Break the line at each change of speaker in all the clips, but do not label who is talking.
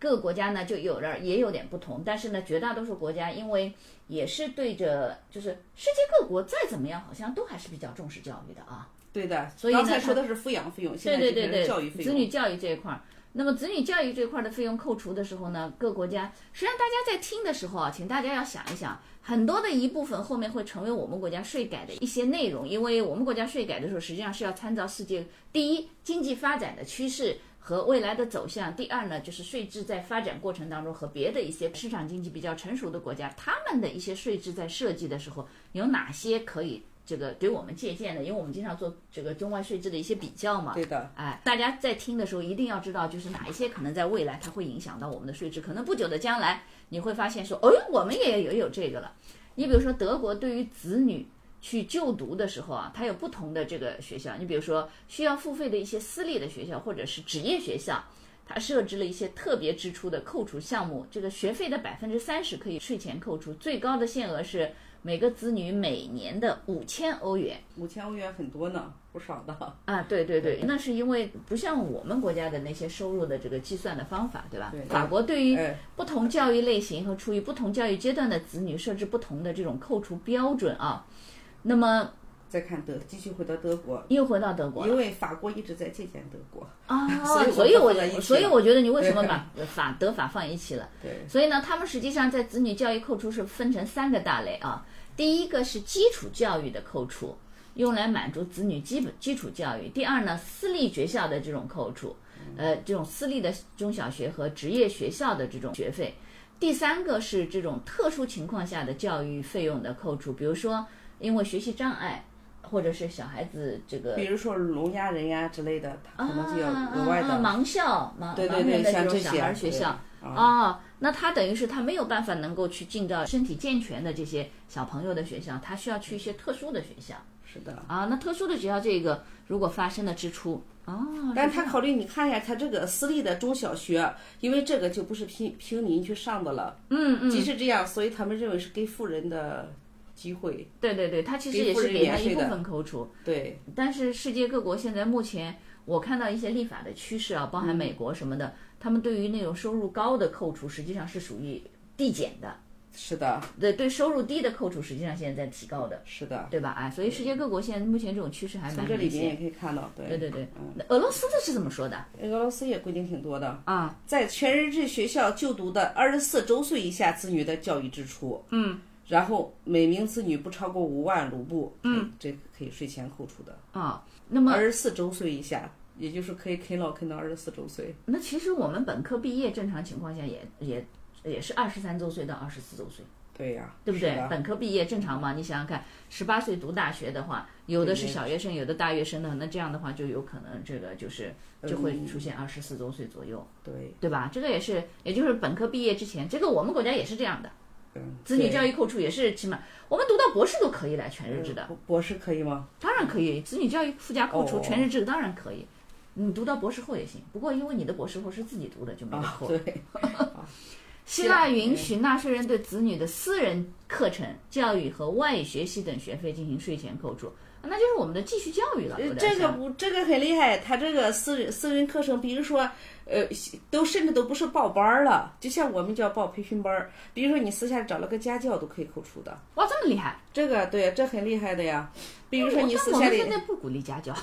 各个国家呢就有点也有点不同，但是呢，绝大多数国家因为也是对着就是世界各国再怎么样，好像都还是比较重视教育的啊。
对的，
所以呢
刚才说的是抚养费用，现
对
在
对
就
对
变
对，
成教育费
子女
用。
教育这一块儿。那么子女教育这块儿的费用扣除的时候呢，各国家实际上大家在听的时候啊，请大家要想一想，很多的一部分后面会成为我们国家税改的一些内容，因为我们国家税改的时候，实际上是要参照世界第一经济发展的趋势和未来的走向，第二呢就是税制在发展过程当中和别的一些市场经济比较成熟的国家，他们的一些税制在设计的时候有哪些可以这个给我们借鉴的，因为我们经常做这个中外税制的一些比较嘛，
对的，
哎，大家在听的时候一定要知道，就是哪一些可能在未来它会影响到我们的税制，可能不久的将来你会发现说，哎，我们也有也有这个了。你比如说德国对于子女去就读的时候啊，它有不同的这个学校，你比如说需要付费的一些私立的学校或者是职业学校。它设置了一些特别支出的扣除项目，这个学费的百分之三十可以税前扣除，最高的限额是每个子女每年的五千欧元。
五千欧元很多呢，不少的。
啊，对对对，那是因为不像我们国家的那些收入的这个计算的方法，对吧？
对
法国对于
哎，
不同教育类型和处于不同教育阶段的子女设置不同的这种扣除标准啊。那么
再看德，继续回到德国，
又回到德国了
因为法国一直在借鉴德国。
啊，所
所以
以我
我们放在一起
所以
了
我觉得你为什么把法德法放一起了？
对，
所以呢，他们实际上在子女教育扣除是分成三个大类啊。第一个是基础教育的扣除，用来满足子女基本基础教育；第二呢，私立学校的这种扣除，呃，这种私立的中小学和职业学校的这种学费；第三个是这种特殊情况下的教育费用的扣除，比如说因为学习障碍，或者是小孩子这个
比如说聋哑人呀之类的，
啊
他可能就要额外
啊啊
的。
盲校、盲
对对
盲人
对，
的
像
这
这
种
些啊
小孩儿学校。哦，那他等于是他没有办法能够去进到身体健全的这些小朋友的学校，他需要去一些特殊的学校
是的。
啊。那特殊的学校这个如果发生了支出，哦，
但
是
是他考虑，你看一下他这个私立的中小学，因为这个就不是凭凭您去上的了。
嗯嗯，
即使这样，所以他们认为是给富人的机会。
对对对，他其实
给
也
富
是
人
给
免
他一
税
部
的
分扣除，
对，
但是世界各国现在目前我看到一些立法的趋势啊，
嗯
包含美国什么的，他们对于那种收入高的扣除实际上是属于递减的，
是的，
对对，收入低的扣除实际上现在在提高的，
是的。
对吧？哎，所以世界各国现在目前这种趋势还蛮
从这里
明显
面也可以看到，对嗯
对对对，那俄罗斯的是怎么说的
俄罗斯也规定挺多的，
啊？
在全日制学校就读的二十四周岁以下子女的教育支出，嗯，然后每名子女不超过五万卢布，嗯，这可以税前扣除的。
啊，那么
二十四周岁以下，也就是可以啃老啃到二十四周岁，
那其实我们本科毕业正常情况下也也也是二十三周岁到二十四周岁，
对呀、
对不
是
对？
的
本科毕业正常嘛？你想想看，十八岁读大学的话，有的是小学生，有的大学生的，那这样的话就有可能这个就是
嗯
就会出现二十四周岁左右，
对，
对吧？这个也是，也就是本科毕业之前，这个我们国家也是这样的，
嗯，
子女教
育
育扣除也是起码我们读到博士都可以来全日制的。
呃博士可以吗？
当然可以，子女教育附加扣除
哦
全日制当然可以。你读到博士后也行，不过因为你的博士后是自己读的，就没有
啊，
扣。
对，
希腊允许纳税人对子女的私人课程、教育和外语学习等学费进行税前扣除，那就是我们的继续教育了。有点
呃这个
像
不，这个很厉害，他这个私人私人课程，比如说，呃，都甚至都不是报班儿了，就像我们叫报培训班儿，比如说你私下找了个家教都可以扣除的，
哇，这么厉害！
这个对，这很厉害的呀。比如说你
但
私
哎我
下
们
里
现在不鼓励家 教，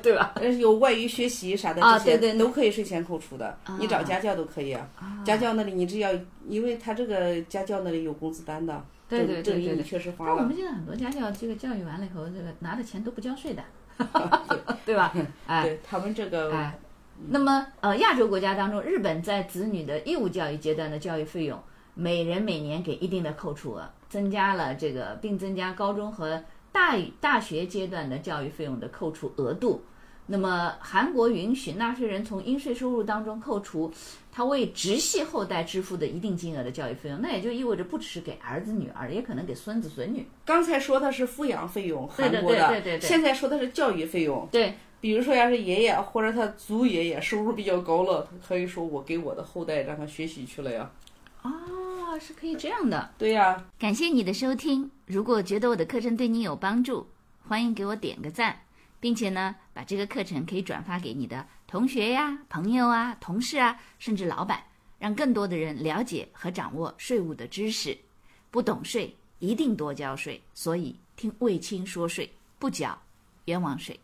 对吧？呃有外语学习啥的
啊
这些
对对
都可以税前扣除的，你找家教都可以啊。家教那里你只要，因为他这个家教那里有工资单的，
对
证
对对
证明
对
你
对
确实花
但我
了。
们现在很多家教这个教育完了以后，这个拿的钱都不交税的， 对吧？哎，
对他们这个
哎，那么呃，亚洲国家当中，日本在子女的义务教育阶段的教育费用，每人每年给一定的扣除额，增加了这个，并增加高中和大大学阶段的教育费用的扣除额度。那么，韩国允许纳税人从应税收入当中扣除他为直系后代支付的一定金额的教育费用，那也就意味着不只是给儿子女儿，也可能给孙子孙女。
刚才说的是抚养费用，
对
韩
对
国的，
对对对对
现在说的是教育费用。
对，
比如说，要是爷爷或者他祖爷爷收入比较高了，他可以说我给我的后代让他学习去了呀。
哦，是可以这样的。
对呀、
感谢你的收听，如果觉得我的课程对你有帮助，欢迎给我点个赞，并且呢，把这个课程可以转发给你的同学呀、朋友啊、同事啊，甚至老板，让更多的人了解和掌握税务的知识。不懂税，一定多交税。所以听卫青说税，不缴冤枉税。